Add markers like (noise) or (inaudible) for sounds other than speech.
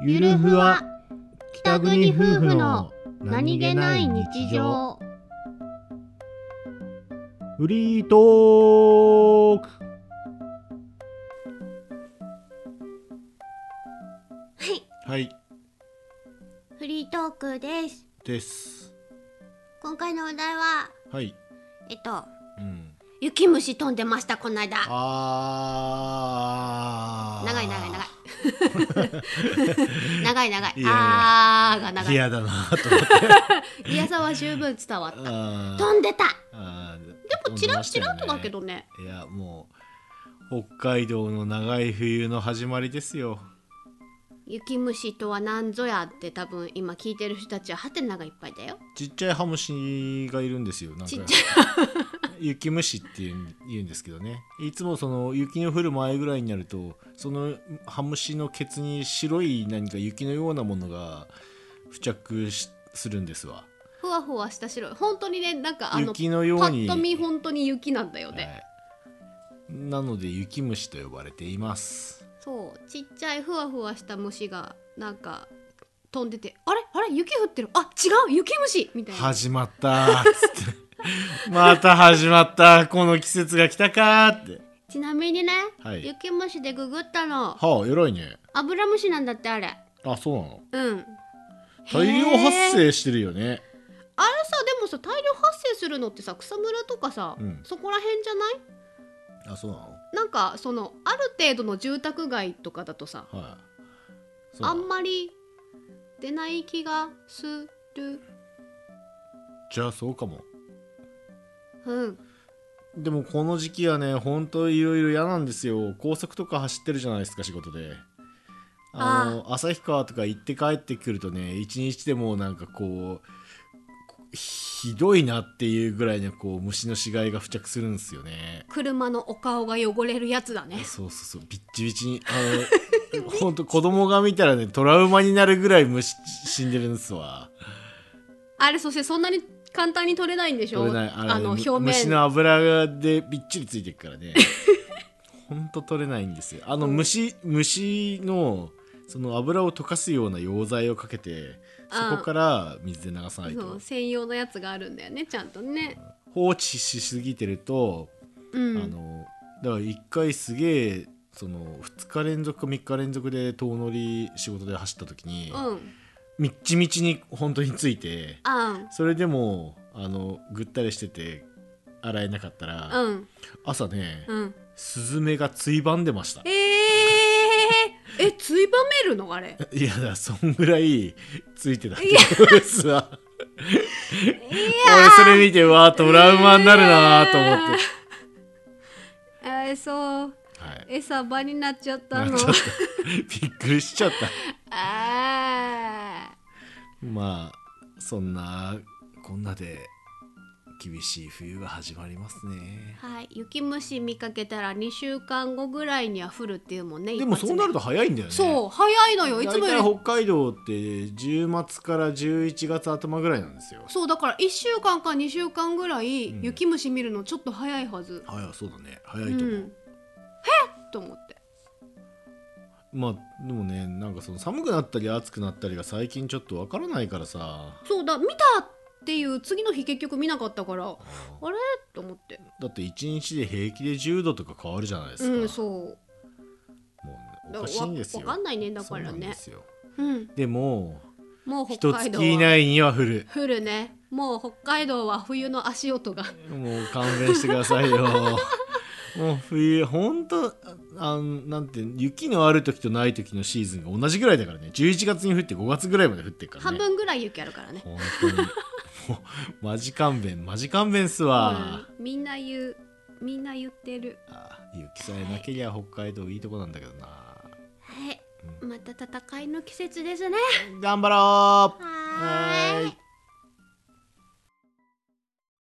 ゆるふわ北国夫婦のフリートークはいはいフリートークですです今回のお題ははいえっとうん雪虫飛んでましたこの間あー長い長い長 (laughs) い長い長いいやいやあーが長い嫌 (laughs) だなと思ってリアさは十分伝わったあー飛んでたあーででもチラッチラッとだけどねいやもう北海道の長い冬の始まりですよ雪虫とは何ぞやって多分今聞いてる人たちはハテナがいっぱいだよちっちゃいハムシがいるんですよなんかちっちゃい雪虫っていうん言うんですけどねいつもその雪の降る前ぐらいになるとそのハムシのケツに白い何か雪のようなものが付着しするんですわふわふわした白い本当にねなんかあの雪のよパうにッと見本当に雪なんだよね、はいなので雪虫と呼ばれていますそうちっちゃいふわふわした虫がなんか飛んでてあれあれ雪降ってるあ違う雪虫みたいな始まったーっつってまた始まったこの季節が来たかーってちなみにね、はい雪虫でググったのはあ偉いねアブラムシなんだってあれあそうなのうん大量発へー生してるよねあれさでもさ大量発生するのってさ草むらとかさ、うんそこら辺じゃないあそうなのなんかそのある程度の住宅街とかだとさはい。そうあんまり出ない気がするじゃあそうかも。うんでもこの時期はね、ほんといろいろ嫌なんですよ。高速とか走ってるじゃないですか、仕事で。あの、旭川とか行って帰ってくるとね、一日でもうなんかこう、ひどいなっていうぐらいのこう虫の死骸が付着するんですよね。車のお顔が汚れるやつだねそうそうそう、ビッチビチに。あの (laughs) ほんと子供が見たらね、トラウマになるぐらい虫死んでるんですわ。あれそしてそんなに簡単に取れないんでしょ取れないああれのむ表面虫の油でびっちりついてるから (laughs) ねほんと取れないんですよあのうん虫、虫のその油を溶かすような溶剤をかけてそこから水で流さないそとう専用のやつがあるんだよねちゃんとね放置しすぎてると、うんあのだから一回すげえその2日連続3日連続で遠乗り仕事で走った時に、うんみっちみちに本当についてあんそれでもあのぐったりしてて洗えなかったら、うん朝ね、うんスズメがついばんでましたえー、えついばめるのあれいやだそんぐらいついてたってことですわいや俺それ見てうわトラウマになるなと思ってえー、そうはい餌場になっちゃったなのっちゃったびっくりしちゃっ (laughs) あたまあそんなこんなで厳しい冬が始まりますねーはい雪虫見かけたら2週間後ぐらいには降るっていうもんねでもそうなると、と早いんだよねそう早いのよいいつつももより北海道って10月から11月頭ぐらいなんですよそうだから1週間か2週間ぐらいうん雪虫見るのちょっと早いはず、早いそうだね早ういと思う、ん、えっと思ってまあでもねなんかその寒くなったり暑くなったりが最近ちょっとわからないからさそうだ見たっていう次の日結局見なかったからあれと思ってだって1日で平気で10度とか変わるじゃないですか、うんそうもうねだおかしいんですよわわかんないねだそかうならんでねすようんでももう北一海道月以は内には降る降るねもう北海道は冬の足音がもう勘弁してくださいよ (laughs) もう冬ほんとああなんて雪のある時とない時のシーズンが同じぐらいだからね11月に降って5月ぐらいまで降ってるから半ね分ぐらい雪あるからね、本当にもうマジ勘弁マジ勘弁っすわ、うんみんな言うみんな言ってるあ雪さえなけりゃ北海道いいとこなんだけどなはいまた戦いの季節ですね頑張ろうはーいはーい